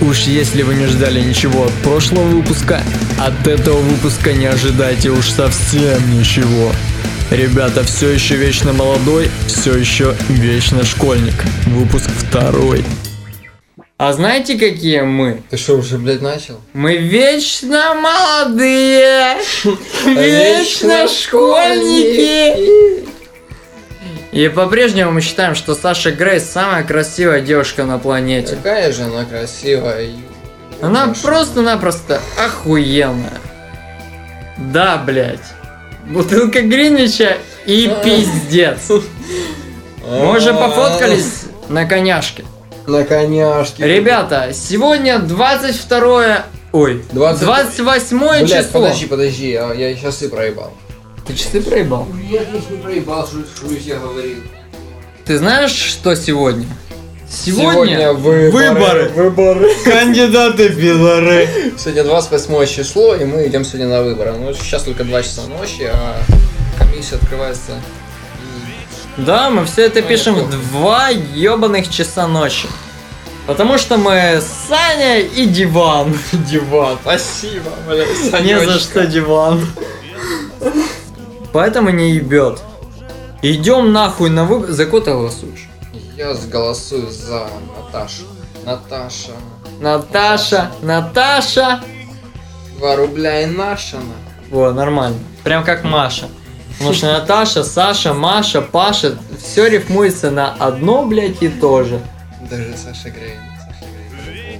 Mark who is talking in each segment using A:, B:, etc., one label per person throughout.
A: Уж если вы не ждали ничего от прошлого выпуска, от этого выпуска не ожидайте уж совсем ничего. Ребята, все еще вечно молодой, все еще вечно школьник. Выпуск второй. А знаете, какие мы?
B: Ты что, уже, блядь, начал?
A: Мы вечно молодые, вечно
B: Вечно
A: школьники. И по-прежнему мы считаем, что Саша Грейс самая красивая девушка на планете.
B: Какая же она красивая. и-
A: Она
B: Хорошо.
A: просто-напросто охуенная. Да, блядь. Бутылка Гринвича и
B: А.
A: пиздец. Мы уже пофоткались на коняшке.
B: На коняшке.
A: Ребята, сегодня 22 Ой,
B: 20.
A: 28
B: Блядь,
A: число.
B: подожди, подожди, а я часы проебал.
A: Ты часы проебал?
B: Я их не проебал, что я говорил.
A: Ты знаешь, что сегодня?
B: Сегодня выборы. Выборы.
A: кандидаты Белоры.
B: Сегодня 28 число, и мы идем сегодня на выборы. Ну, сейчас только 2 часа ночи, а комиссия открывается.
A: Да, мы все А, это
B: Ну,
A: пишем в
B: неплохо.
A: два ебаных часа ночи. Потому что мы Саня и диван. Диван.
B: Спасибо, блядь,
A: Не
B: Санечка.
A: за что диван. Поэтому не ебет. Идем нахуй на выбор. За кого ты голосуешь?
B: Я голосую за Наташу. Наташа.
A: Наташа, Наташа.
B: 2 рубля и наша. на.
A: Во, нормально. Прям как Маша. Потому что Наташа, Саша, Маша, Паша, все рифмуется на одно, блядь, и то же.
B: Даже Саша Грей. Саша Грей.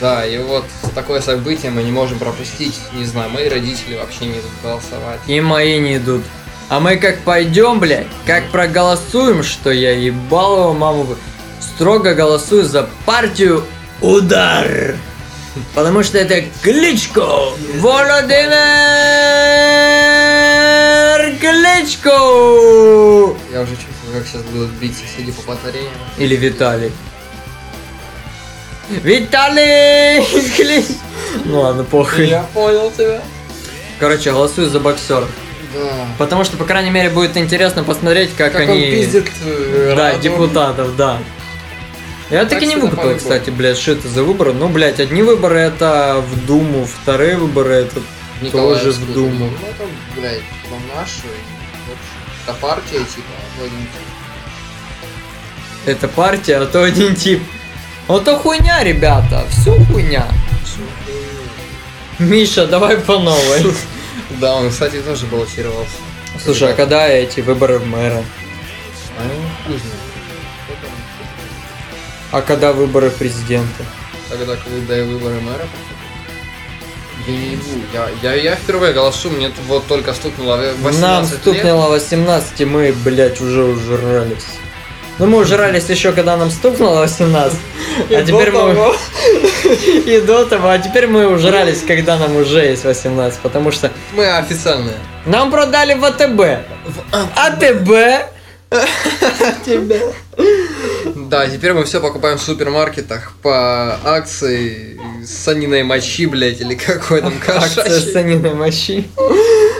B: Да, и вот такое событие мы не можем пропустить. Не знаю, мои родители вообще не идут голосовать.
A: И мои не идут. А мы как пойдем, блядь, как проголосуем, что я ебал его маму. в- Строго голосую за партию Удар. Потому что это кличко Володимир Кличко
B: Я уже чувствую, как сейчас будут бить соседи по батареям.
A: или Виталий. Виталий Клич. Ну ладно, похуй.
B: понял тебя.
A: Короче, голосую за боксера.
B: Да.
A: Потому что, по крайней мере, будет интересно посмотреть, как,
B: Как он
A: они...
B: пиздит э,
A: Да,
B: Радон.
A: депутатов, да. Я так,
B: Так
A: и не
B: что это
A: выкупил,
B: по-любому.
A: кстати, блядь, что это за выборы. Ну, блядь, одни выборы это в Думу, вторые выборы это...
B: Николаевскую
A: тоже в Думу.
B: Ну, это, блядь, по нашу. Это партия, типа, Владимир.
A: Это партия, а то один тип. Вот то хуйня, ребята, все хуйня. Миша, давай по новой.
B: Да, он, кстати, тоже баллотировался.
A: Слушай, а когда эти выборы в мэра?
B: А ну, хуй знает. Кто там?
A: А когда выборы президента?
B: Тогда, когда я выборы мэра проходил, я не иду. Я, я, я впервые голосую, мне т- вот только стукнуло в- 18
A: Нам
B: лет.
A: стукнуло 18, и мы, блядь, уже ужрались. Ну мы ужрались еще, когда нам стукнуло 18. А теперь мы... И до того, а теперь мы ужрались, когда нам уже есть 18, потому что
B: Мы официальные.
A: нам продали А ВТБ. А АТБ.
B: Да, теперь мы все покупаем в супермаркетах по акции саниной мочи, блядь, или какой там
A: Акция
B: кошачьей.
A: саниной мощи.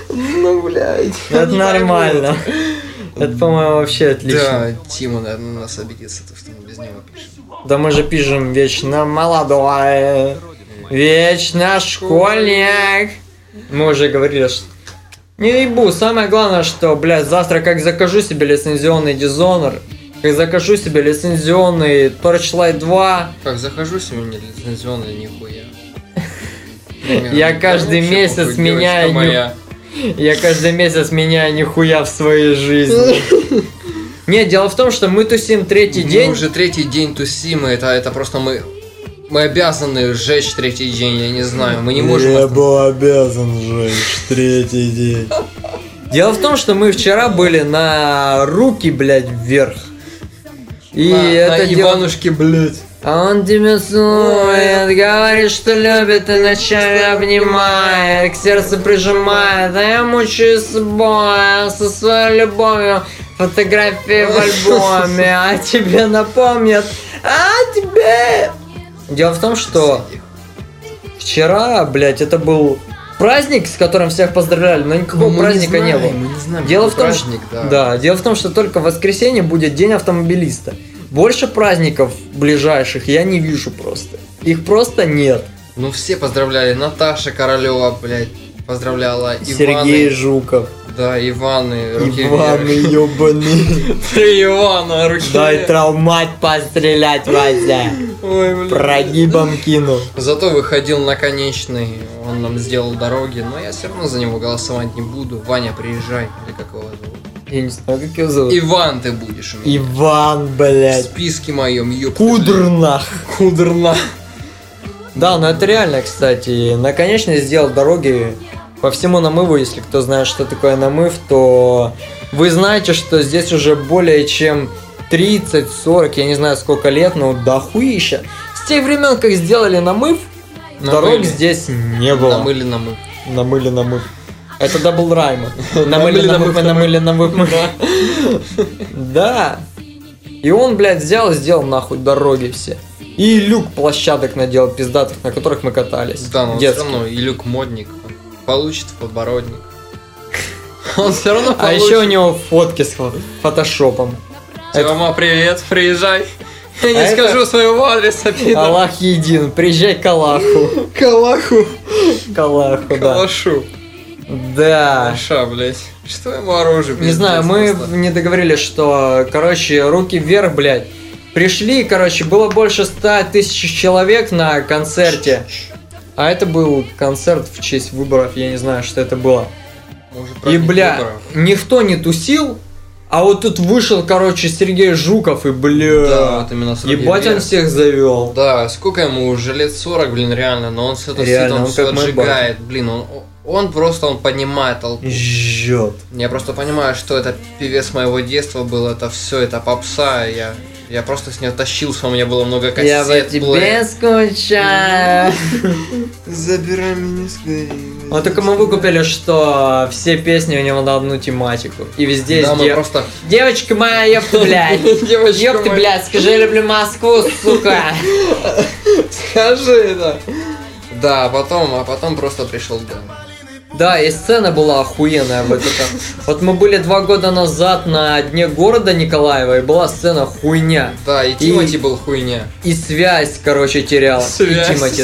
B: Ну, блядь.
A: Это нормально. Это, по-моему, вообще отлично.
B: Да, Тима, наверное, на нас обидится, то, что мы без него пишем.
A: Да мы же пишем вечно молодое, вечно школьник. Мы уже говорили, что... Не ебу, самое главное, что, блядь, завтра как закажу себе лицензионный Дизонор, как закажу себе лицензионный Torchlight 2,
B: Как, захожу сегодня лицензионный, нихуя.
A: Я каждый
B: Вообще
A: месяц
B: похуй,
A: меняю
B: девочка моя.
A: я каждый месяц меняю нихуя в своей жизни. Нет, дело в том, что мы тусим третий
B: Мы
A: день.
B: уже третий день тусим, и это, это просто мы... Мы обязаны сжечь третий день, я не знаю, мы не можем...
C: Я
A: Э,
B: ост-
C: был обязан жечь третий день.
A: Дело в том, что мы вчера были на руки, блядь, вверх. И
B: на,
A: это
B: на
A: дело-
B: Иванушке, блядь.
A: А он тебя целует, говорит, что любит и ночами обнимает, к сердцу прижимает, а я мучаюсь с собой, со своей любовью, фотографии в альбоме, а тебе напомнят, а тебе... Дело в том, что вчера, блядь, это был праздник, с которым всех поздравляли, но никакого
B: Ну, мы
A: праздника не,
B: знаем,
A: было.
B: Мы не знаем,
A: Дело в
B: какой
A: том,
B: праздник, да.
A: Да, дело в том, что только в воскресенье будет День автомобилиста. Больше праздников ближайших я не вижу просто. Их просто нет.
B: Ну все поздравляли. Наташа Королева, блядь, поздравляла. Иваны,
A: Сергей Жуков,
B: Да, Иваны, руки
A: Иван
B: вверх.
A: ёбаный.
B: Три Ивана, руки
A: Дай
B: вверх.
A: травмать пострелять, Вася.
B: Ой, блядь.
A: Прогибом кину.
B: Зато выходил на конечный, он нам сделал дороги, но я все равно за него голосовать не буду. Ваня, приезжай, или как его зовут.
A: Я не знаю, как его зовут.
B: Иван ты будешь у меня.
A: Иван,
B: В
A: блядь.
B: списке моем, ёпта.
A: Кудрнах.
B: Кудрна.
A: Да, но это реально, кстати. Наконечно сделал дороги по всему намыву. Если кто знает, что такое намыв, то вы знаете, что здесь уже более чем 30-40, я не знаю сколько лет, но дохуища. С тех времен, как сделали намыв, дорог
B: Намыли.
A: здесь не было.
B: Намыли намыли.
A: Намыли намыв. Это дабл райма. Намыли
B: Намыли,
A: намыв, мы намыли намыв. мы. Да. И он, блядь, взял и сделал нахуй дороги все. И люк площадок наделал пиздатых, на которых мы катались.
B: Да, ну, но он все
A: Детских.
B: равно Илюк модник. он Получит в подбородник. Он все равно
A: А
B: получит.
A: еще у него фотки с фо- фотошопом.
B: Тёма, привет, приезжай. Я не
A: А это-
B: скажу своего адреса, пидор.
A: Аллах един, приезжай к Аллаху.
B: Калаху.
A: К Аллаху, да.
B: Калашу.
A: Да.
B: Аша, блядь. Что ему оружие?
A: Не знаю, мы не договорились, что, короче, руки вверх, блядь. Пришли, короче, было больше 100 тысяч человек на концерте. А это был концерт в честь выборов, я не знаю, что это было. И, бля, никто не тусил, а вот тут вышел, короче, Сергей Жуков, и,
B: Да,
A: бля,
B: вот именно с руки
A: э, ебать он
B: вверх.
A: всех завел.
B: Да, сколько ему уже лет 40, блин, реально, но он все это
A: Реально,
B: он,
A: он
B: все
A: как мой
B: отжигает, блин, он, он просто, он поднимает толпу.
A: Жжет.
B: Я просто понимаю, что это певец моего детства был, это все, это попса, я, я просто с нее тащился, у меня было много кассет.
A: Я по тебе
B: плеер.
A: скучаю.
B: Забирай меня скорее.
A: Вот только мы выкупили, что все песни у него на одну тематику. И везде
B: да,
A: есть
B: мы
A: дев-
B: просто...
A: Девочка моя, ёб ты, блядь.
B: Девочка
A: Ёб ты,
B: моя.
A: блядь, скажи, я люблю Москву, сука.
B: Скажи, да. Да, а потом, а потом просто пришел дом.
A: Да, и сцена была охуенная об этом. Вот мы были два года назад на дне города Николаева, и была сцена хуйня.
B: Да, и Тимати был хуйня.
A: И связь, короче, теряла.
B: Связь.
A: И Тимати.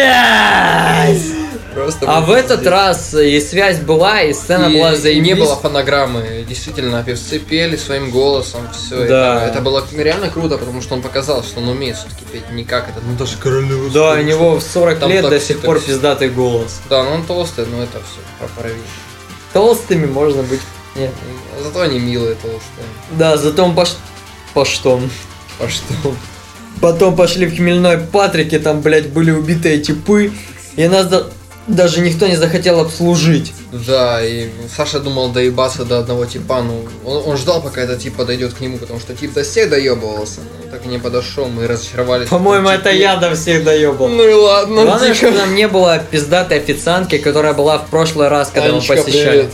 A: Связь!
B: Просто
A: А в
B: был
A: этот
B: пиздец.
A: раз и связь была, и сцена была
B: и, и
A: заебись.
B: не было фонограммы. Действительно, певцы пели своим голосом, все
A: Да.
B: это. Это было реально круто, потому что он показал, что он умеет все-таки петь не как этот.
C: Наташа Королева.
A: Да, у него в 40
B: Там
A: лет до
B: такси,
A: сих пор
B: такси.
A: пиздатый голос.
B: Да, ну он толстый, но это все проправить.
A: Толстыми можно быть. Нет.
B: Ну, Зато они милые толстые.
A: Да, зато он пош... Поштон.
B: А что?
A: Потом пошли в Хмельной Патрике, там, блядь, были убитые типы, и нас да- даже никто не захотел обслужить.
B: Да, и Саша думал доебаться до одного типа, ну он, он ждал, пока этот тип подойдет к нему, потому что тип до всех доебывался. Он так и не подошел, мы разочаровались. в
A: По-моему,
B: этом
A: это
B: типе.
A: я до всех доебал.
B: типа, Ну и ладно.
A: Главное,
B: дико.
A: что нам не было пиздатой официантки, которая была в прошлый раз, когда
B: Анечка,
A: мы посещали.
B: привет.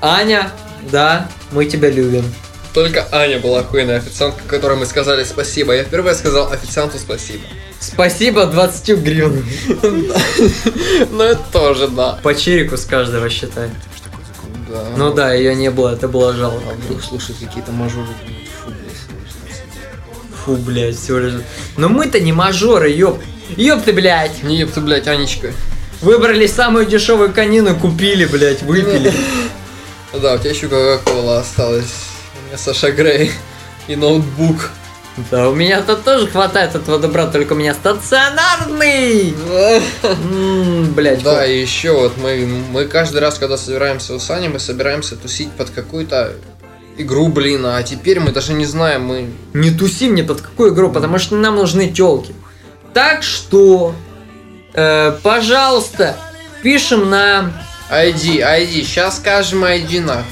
A: Аня, да, мы тебя любим.
B: Только Аня была охуенная официантка, которой мы сказали спасибо. Я впервые сказал официанту спасибо.
A: Спасибо 20 гривен.
B: Ну это тоже да.
A: По чирику с каждого считай.
B: Да.
A: Ну да, ее не было, это было жалко.
B: А вдруг слушают какие-то мажоры. думают, Фу, блядь, слышно.
A: Фу, блядь, всего лишь. Но мы-то не мажоры, ёп. Ёп ты, блядь.
B: Не еб ты, блядь, Анечка.
A: Выбрали самую дешевую конину, купили, блядь, выпили.
B: Ну Да, у тебя еще кока-кола осталась. У меня Саша Грей и ноутбук.
A: Да, у меня-то тоже хватает этого добра, только у меня стационарный! М, Блядь,
B: Да,
A: фу.
B: и еще вот мы, мы каждый раз, когда собираемся у Сани, мы собираемся тусить под какую-то игру, блин, а теперь мы даже не знаем, мы...
A: не туси мне под какую игру, потому что нам нужны телки. Так что, э, пожалуйста, пишем на...
B: ID, ID, сейчас скажем ID нахуй.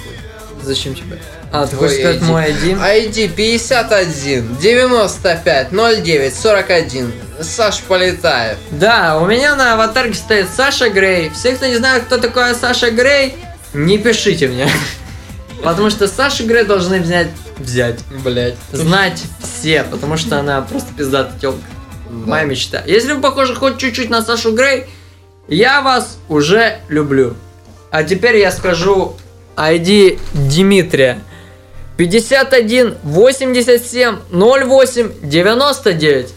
A: Зачем тебе? А, ты
B: Твой
A: хочешь сказать
B: ID.
A: мой один?
B: ID 51 95 09 41 Саш Полетаев.
A: Да, у меня на аватарке стоит Саша Грей. Все, кто не знает, кто такой Саша Грей, не пишите мне. Потому что Саша Грей должны взять... Взять.
B: Блять.
A: Знать все, потому что она просто пиздата телка. Моя мечта. Если вы похожи хоть чуть-чуть на Сашу Грей, Я вас уже люблю. А теперь я скажу ID Дмитрия. 51 87 08 99.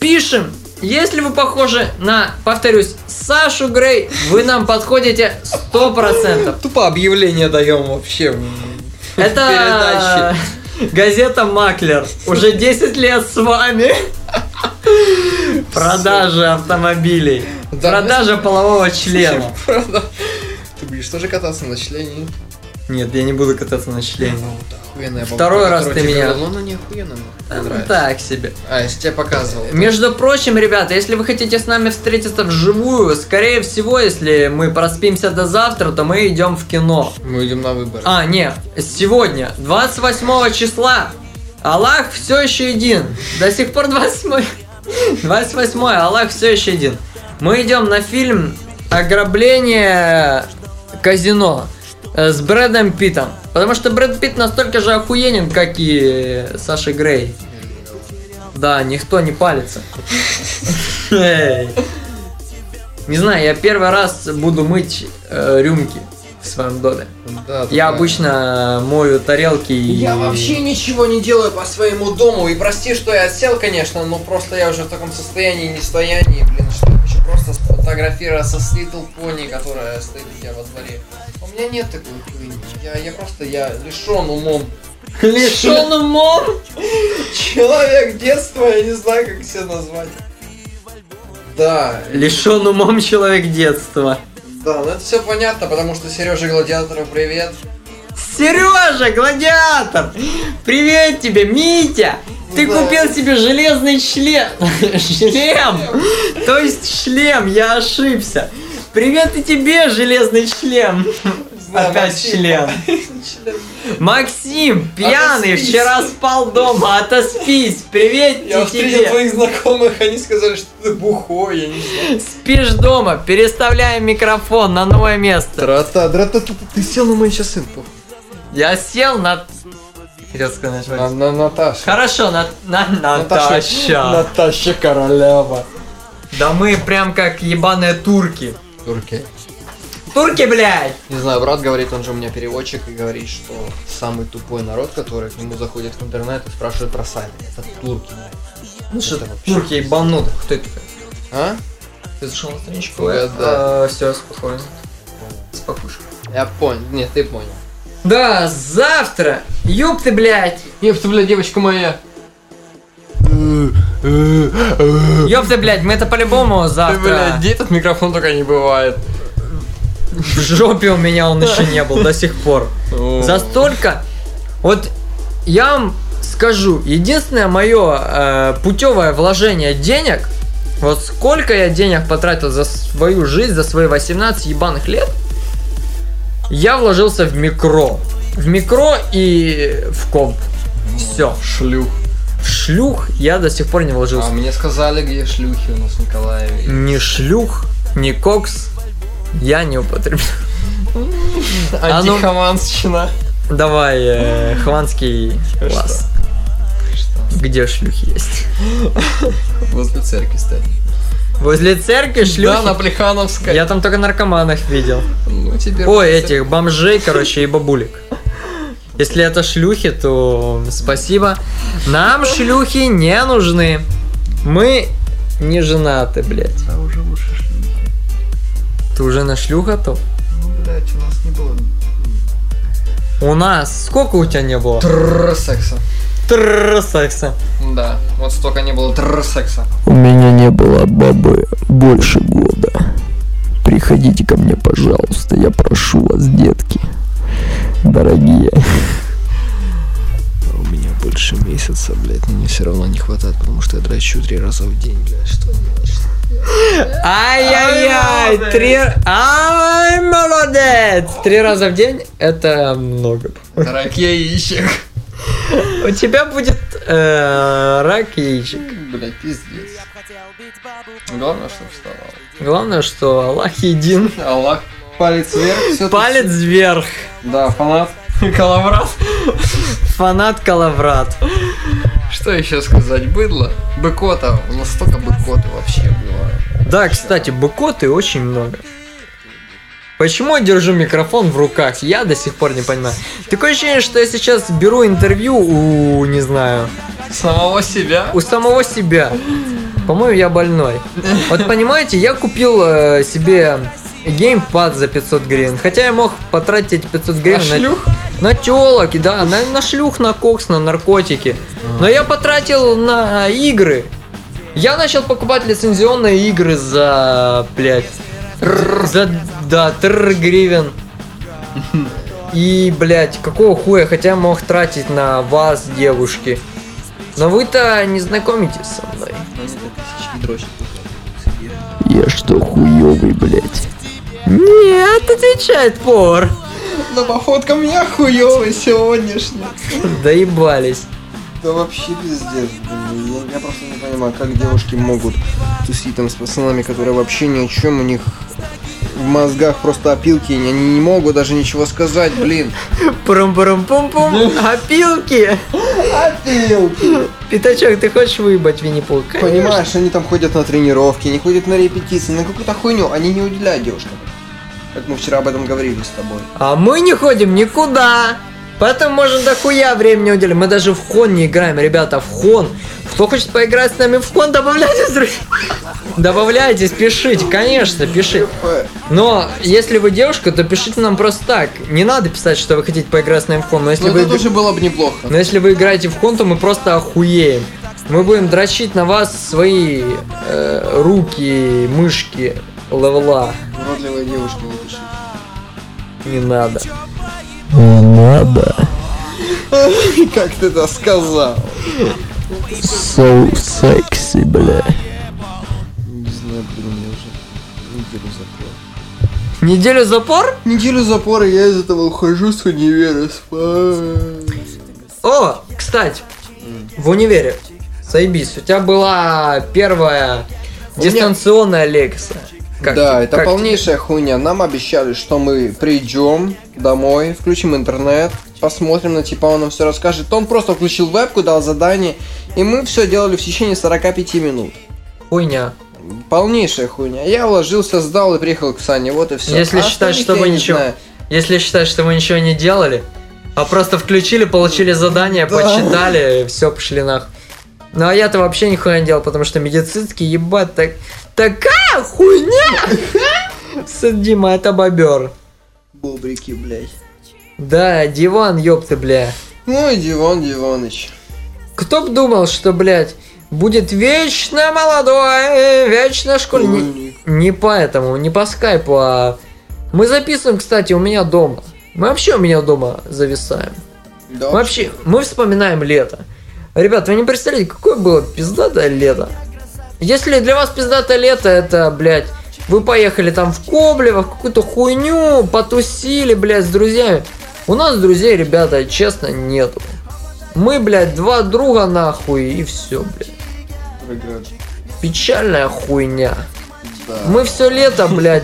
A: Пишем. Если вы похожи на, повторюсь, Сашу Грей, вы нам подходите 100%.
B: Тупо объявление даем вообще. в- в
A: Это
B: передаче.
A: газета Маклер. Уже 10 лет с вами. Продажа автомобилей.
B: Да, ну,
A: Продажа полового члена.
B: Правда. Ты будешь тоже кататься на члене?
A: Нет, я не буду кататься на члене.
B: Ну, вот охуенная бабка,
A: Второй раз
B: которая
A: ты
B: тебе
A: меня-
B: дала. Ну, она не охуенная, но
A: Ну,
B: мне нравится.
A: Так себе.
B: А, я же тебе показывал.
A: Между прочим, ребята, если вы хотите с нами встретиться вживую, скорее всего, если мы проспимся до завтра, то мы идем в кино.
B: Мы идем на выборы.
A: А, не, сегодня, 28 числа. Аллах все еще един. До сих пор 28. 28, Аллах все еще един. Мы идем на фильм Ограбление казино э, с Брэдом Питом. Потому что Брэд Питт настолько же охуенен, как и Саша Грей. Да, никто не палится. Эй. Не знаю, я первый раз буду мыть э, рюмки в своем доме.
B: Да,
A: Я
B: такая.
A: обычно мою тарелки и...
B: Я вообще ничего не делаю по своему дому. И прости, что я отсел, конечно, но просто я уже в таком состоянии, не состоянии, блин, что я хочу просто сфотографироваться с Little Pony, которая стоит у тебя во дворе. У меня нет такой хуйни. Я, я просто, я лишен умом.
A: Лишён умом?
B: Человек детства, я не знаю, как себя назвать. Да,
A: Лишён умом человек детства.
B: да, ну это все понятно, потому что Сережа Гладиатору привет.
A: Сережа, гладиатор! Привет тебе, Митя! Ты
B: Да.
A: купил себе железный шлем. Шлем! То есть шлем, я ошибся. Привет и тебе, железный шлем.
B: Знаю,
A: Опять
B: Максим.
A: шлем. Максим, пьяный,
B: Отоспись.
A: вчера спал дома, отоспись. Привет и
B: Я встретил
A: тебе.
B: твоих знакомых, они сказали, что ты бухой, я не знаю.
A: Спишь дома, переставляем микрофон на новое место.
B: Трата, драта, ты сел на мои часы,
A: Я сел на... Хотел сказать,
B: На,
A: Вадим.
B: на Наташа.
A: Хорошо, на, на, Наташа.
C: Наташа Королява.
A: Да мы прям как ебаные турки.
B: Турки.
A: Турки, блядь!
B: Не знаю, брат говорит, он же у меня переводчик, и говорит, что самый тупой народ, который к нему заходит в интернет и спрашивает про сайт, это турки.
A: Ну что
B: Это
A: там,
B: вообще-
A: турки ебанутые. Кто это такой?
B: А?
A: Ты зашел на страничку?
B: Да, да.
A: все, спокойно. Спокушай.
B: Я понял. Нет, ты понял.
A: Да, завтра! Ёб ты, блядь!
B: Еб ты, бля, девочка моя. Э,
A: Ёб ты, блядь, мы это по-любому
B: Ты, бля,
A: завтра.
B: где этот микрофон только не бывает?
A: В жопе у меня он еще не был до сих пор. За столько. Вот я вам скажу, единственное мое путевое вложение денег, вот сколько я денег потратил за свою жизнь, за свои 18 ебаных лет, я вложился в микро. В микро и в комп. Все.
B: Шлюх.
A: В шлюх я до сих пор не
B: А
A: вложился.
B: мне сказали, где шлюхи у нас в Николаеве.
A: Ни шлюх, ни кокс я не употребляю. А ну-
B: Антихаманщина.
A: Давай, э, хванский класс. Где шлюхи есть?
B: Возле церкви стоит.
A: Возле церкви
B: Да,
A: шлюхи?
B: на Плехановской.
A: Я там только наркоманов видел.
B: Ну, теперь...
A: Ой,
B: возле
A: этих бомжей, короче, и бабулек. Если это шлюхи, то спасибо. Нам шлюхи не нужны. Мы не женаты, блядь.
B: церкви. Да, уже лучше шлюхи.
A: Ты уже на шлюха то?
B: Ну, блядь, у нас не было
A: У нас сколько у тебя не было?
B: тррр секса.
A: Трррр секса.
B: Да, вот столько не было тррр секса.
D: У меня не было бабы больше года. Приходите ко мне, пожалуйста, я прошу вас, детки. Дорогие.
B: У меня больше месяца, блядь, но мне все равно не хватает, потому что я драчу три раза в день, блядь, что делать?
A: Ай-яй-яй,
B: молодец.
A: три... Ай, молодец! Три раза в день — это много.
B: Рак яичек.
A: У тебя будет э, рак яичек.
B: Блядь, пиздец. Главное, что вставал.
A: Главное, что Аллах един.
B: Аллах. Палец вверх, все
A: Палец вверх.
B: Да, фанат. Коловрат.
A: Фанат Калаврат.
B: Что еще сказать? Быдло. Быкота. У нас столько быкоты вообще было.
A: Да, кстати, быкоты очень много. Почему я держу микрофон в руках? Я до сих пор не понимаю. Такое ощущение, что я сейчас беру интервью у, не знаю,
B: Самого себя?
A: у самого себя. По-моему, я больной. Вот понимаете, я купил э, себе геймпад за 500 гривен. Хотя я мог потратить эти 500 гривен
B: А шлюх?
A: на, на телок, да, на, на шлюх, на кокс, на наркотики. Но я потратил на а, игры. Я начал покупать лицензионные игры за, блядь, за, да, тррр гривен. И, блядь, какого хуя, хотя я мог тратить на вас, девушки. Но вы-то не знакомитесь со мной. Я что, хуёвый, блядь? Нет, отвечает пор.
B: Да походка меня хуёвый сегодняшний.
A: Доебались.
B: Да вообще пиздец, блин. Я, я просто не понимаю, как девушки могут тусить там с пацанами, которые вообще ни о чем у них в мозгах просто опилки, и они не могут даже ничего сказать, блин.
A: Прум-прум-пум-пум. Опилки.
B: Опилки!
A: Пятачок, ты хочешь выебать Винни-Пух? Конечно.
B: Понимаешь, они там ходят на тренировки, не ходят на репетиции, на какую-то хуйню, они не уделяют девушкам. Как мы вчера об этом говорили с тобой.
A: А мы не ходим никуда. Поэтому можем до хуя времени уделить. Мы даже в хон не играем, ребята, в хон. Кто хочет поиграть с нами в хон, добавляйтесь, друзья. Добавляйтесь, пишите, конечно, пишите.
B: Э,
A: Но если вы девушка, то пишите нам просто так. Не надо писать, что вы хотите поиграть с нами в хон. Но если,
B: Ну
A: вы,
B: это тоже было бы неплохо.
A: но если вы играете в хон, то мы просто охуеем. Мы будем дрочить на вас свои э, руки, мышки, левела.
B: Уродливые девушки не пишут.
A: Не надо.
B: Как ты это сказал?
D: So sexy, бля.
B: Не знаю, блин, я уже неделю запор.
A: Неделю запор?
B: Неделю запора я из этого ухожу с универа спать.
A: О, кстати, в универе. Заебись, у тебя была первая
B: меня-
A: дистанционная лекция. Как
B: да,
A: тебе-
B: это
A: как
B: полнейшая хуйня. Нам обещали, что мы придем домой, включим интернет, посмотрим на типа, он нам все расскажет. Он просто включил вебку, дал задание, и мы все делали в течение 45 минут.
A: тебе? Хуйня.
B: Полнейшая хуйня. Я вложился, сдал и приехал к Сане, вот и А все.
A: Если считать, что вы ничего- Если считать, что мы ничего не делали, а просто включили, получили задание,
B: Да.
A: почитали, все, пошли нах. Ну а я-то вообще нихуя не делал, потому что медицинский, ебать, так... такая хуйня! Сын Дима, это бобер.
B: Бобрики, блядь.
A: Да, диван, ёпты, бля.
B: Ну и Диван Диваныч.
A: Кто б думал, что, блядь, будет вечно молодой, вечно школьник.
B: Школьник.
A: Не, не по этому, не по скайпу, а... Мы записываем, кстати, у меня дома. Мы вообще у меня дома зависаем.
B: Да.
A: Вообще, мы вспоминаем лето. Ребят, вы не представляете, какое было пиздатое лето. Если для вас пиздатое лето, это, блядь, вы поехали там в Коблево, в какую-то хуйню, потусили, блядь, с друзьями. У нас друзей, ребята, честно, нету. Мы, блядь, два друга нахуй и все, блядь.
B: Программа.
A: Печальная хуйня.
B: Да.
A: Мы все лето, блядь,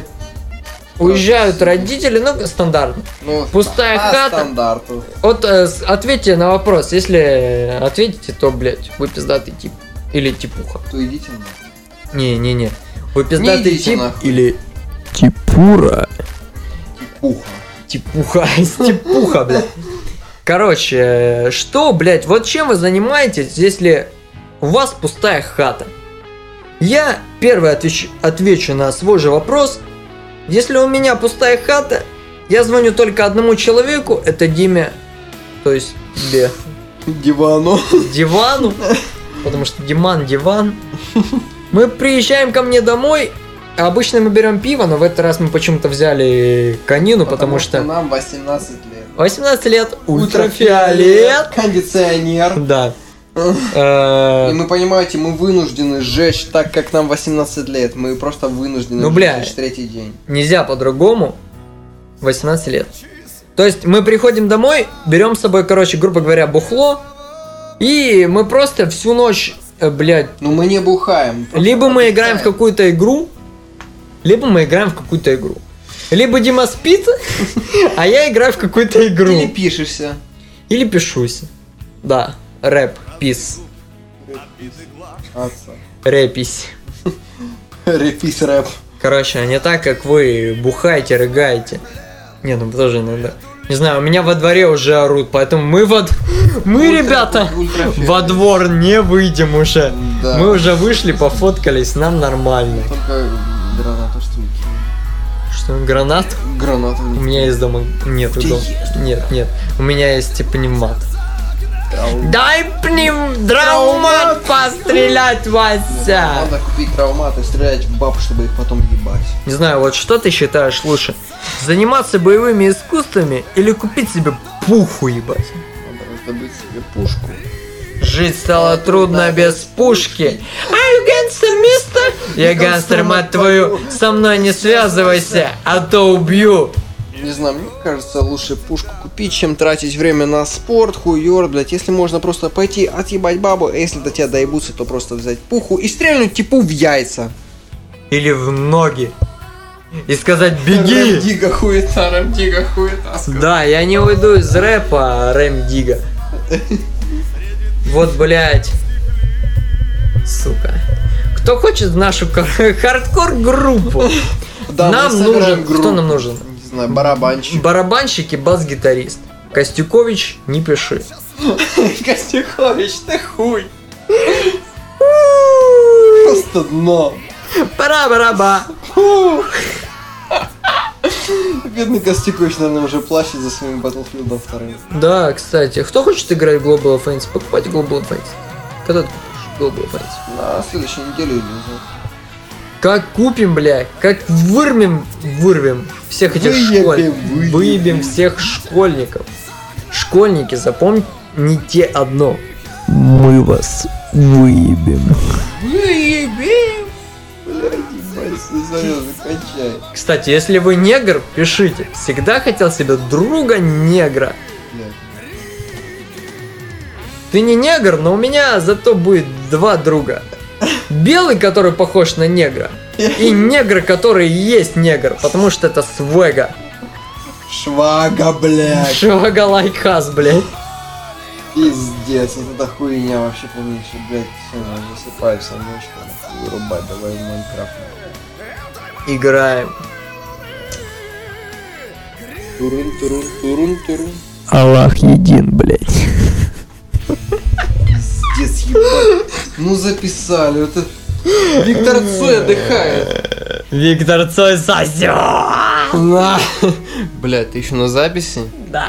A: уезжают родители, ну, стандартно.
B: Ну,
A: Пустая
B: по
A: хата.
B: стандарту.
A: Вот э, с- ответьте на вопрос. Если э, ответите, то, блядь, вы пиздатый тип. Или типуха.
B: То идите нахуй.
A: Не-не-не. Вы
B: Не
A: пиздатый
B: идите
A: тип.
B: нахуй.
D: Или Типура.
B: Ух.
A: Типуха. Типуха, блядь. Короче, э, что, блядь, вот чем вы занимаетесь, если у вас пустая хата? Я первый отвечу, отвечу на свой же вопрос. Если у меня пустая хата, я звоню только одному человеку, это Диме, то есть тебе.
B: Дивану.
A: дивану, потому что Диман диван. Мы приезжаем ко мне домой, а обычно мы берем пиво, но в этот раз мы почему-то взяли конину, потому, что
B: нам 18 лет.
A: 18 лет ультрафиолет.
B: Кондиционер.
A: Да.
B: И
A: Э,
B: мы, понимаете, мы вынуждены сжечь, так как нам 18 лет. Мы просто вынуждены
A: Ну, бля.
B: сжечь третий день.
A: Нельзя по-другому. 18 лет. То есть мы приходим домой, берем с собой, короче, грубо говоря, бухло, и мы просто всю ночь, э, блядь,
B: Но Ну, мы не бухаем. просто
A: Либо мы играем в
B: отдыхаем.
A: какую-то игру, либо мы играем в какую-то игру. Либо Дима спит, а я играю в какую-то
B: Ты не
A: игру.
B: пишешься.
A: Или пишусь. Да, рэп, пис,
B: Отца.
A: рэпись.
C: Репись рэп.
A: Короче, а не так, как вы бухаете, рыгаете. Не, ну тоже иногда. Не знаю, у меня во дворе уже орут, поэтому мы вот... Мы, ребята, во двор не выйдем уже.
B: Да.
A: Мы уже вышли, пофоткались, нам нормально.
B: Только граната что ли?
A: Что, гранат?
B: Граната.
A: У меня из дома нет
B: тебя
A: дома.
B: есть
A: Нет, нет. У меня есть пневмат. Дай пневмат пострелять, Вася!
B: Надо купить травмат и стрелять в баб, чтобы их потом ебать.
A: Не знаю, вот что ты считаешь лучше? Заниматься боевыми искусствами или купить себе пуху, ебать?
B: Надо раздобыть себе пушку.
A: Жить стало трудно без пушки. Ай, гангстер, мистер! Я гангстер, мать твою, со мной не связывайся, а то убью.
B: Не знаю, мне кажется, лучше пушку купить, чем тратить время на спорт, хуёр, блять. Если можно просто пойти отъебать бабу, а если до тебя доебутся, то просто взять пуху и стрельнуть типу в яйца.
A: Или в ноги. И сказать беги!
B: Дига хуета, рэп дига хуета.
A: Да, я не уйду из рэпа, Рэм Дига. Вот, блядь. Сука. Кто хочет в нашу кар- хардкор-группу? Нам нужен... Кто нам нужен?
B: Не знаю, барабанщик.
A: Барабанщик и бас-гитарист. Костюкович, не пиши.
B: Костюкович, ты хуй. Просто дно.
A: Пара-бараба.
B: Бедный Костюкович, наверное, уже плачет за своим Battlefield 2.
A: Да, кстати, кто хочет играть в Global Offense, покупайте Global Offense. Когда ты купишь Global Offense?
B: На следующей неделе или за-
A: Как купим, бля, как вырмем, вырвем всех этих
B: Выебем,
A: школьников.
B: выебем.
A: Выебем всех школьников. Школьники, запомните одно. Мы вас выебем.
B: Ебать, ты серьезно, кончай.
A: Кстати, если вы негр, пишите. Всегда хотел себе друга негра.
B: Блядь.
A: Ты не негр, но у меня зато будет два друга. Белый, который похож на негра, и негр, который и есть негр, потому что это свега.
B: Швага, блядь.
A: Швага лайкас, блядь.
B: Пиздец, вот эта хуйня вообще полнейшая, блядь. Все, засыпаемся ночью, нахуй, вырубай, давай в Майнкрафт.
A: Играем.
B: Турун, турун, турун, турун.
D: Аллах един, блядь.
B: Пиздец, ебать. Ну записали, вот это... Виктор Цой отдыхает.
A: Виктор Цой сосёт!
B: На. Блядь, ты еще на записи? Да.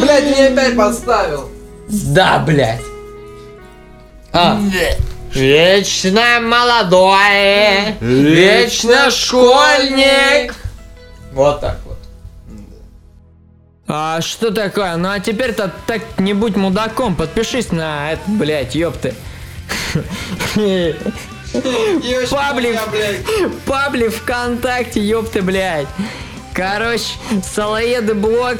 B: Блядь, ты меня опять подставил.
A: Да, блядь. А. Вечно молодой, вечно школьник. Вот так вот. А что такое? Ну а теперь-то так не будь мудаком, подпишись на это, блядь, ёпты.
B: Девочка,
A: Паблик.
B: я, блядь.
A: Пабли ВКонтакте, ёпты, блядь. Короче, салоеды блог,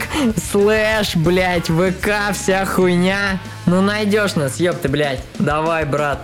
A: слэш, блядь, ВК, вся хуйня. Ну найдешь нас, ёпты, блядь. Давай, брат.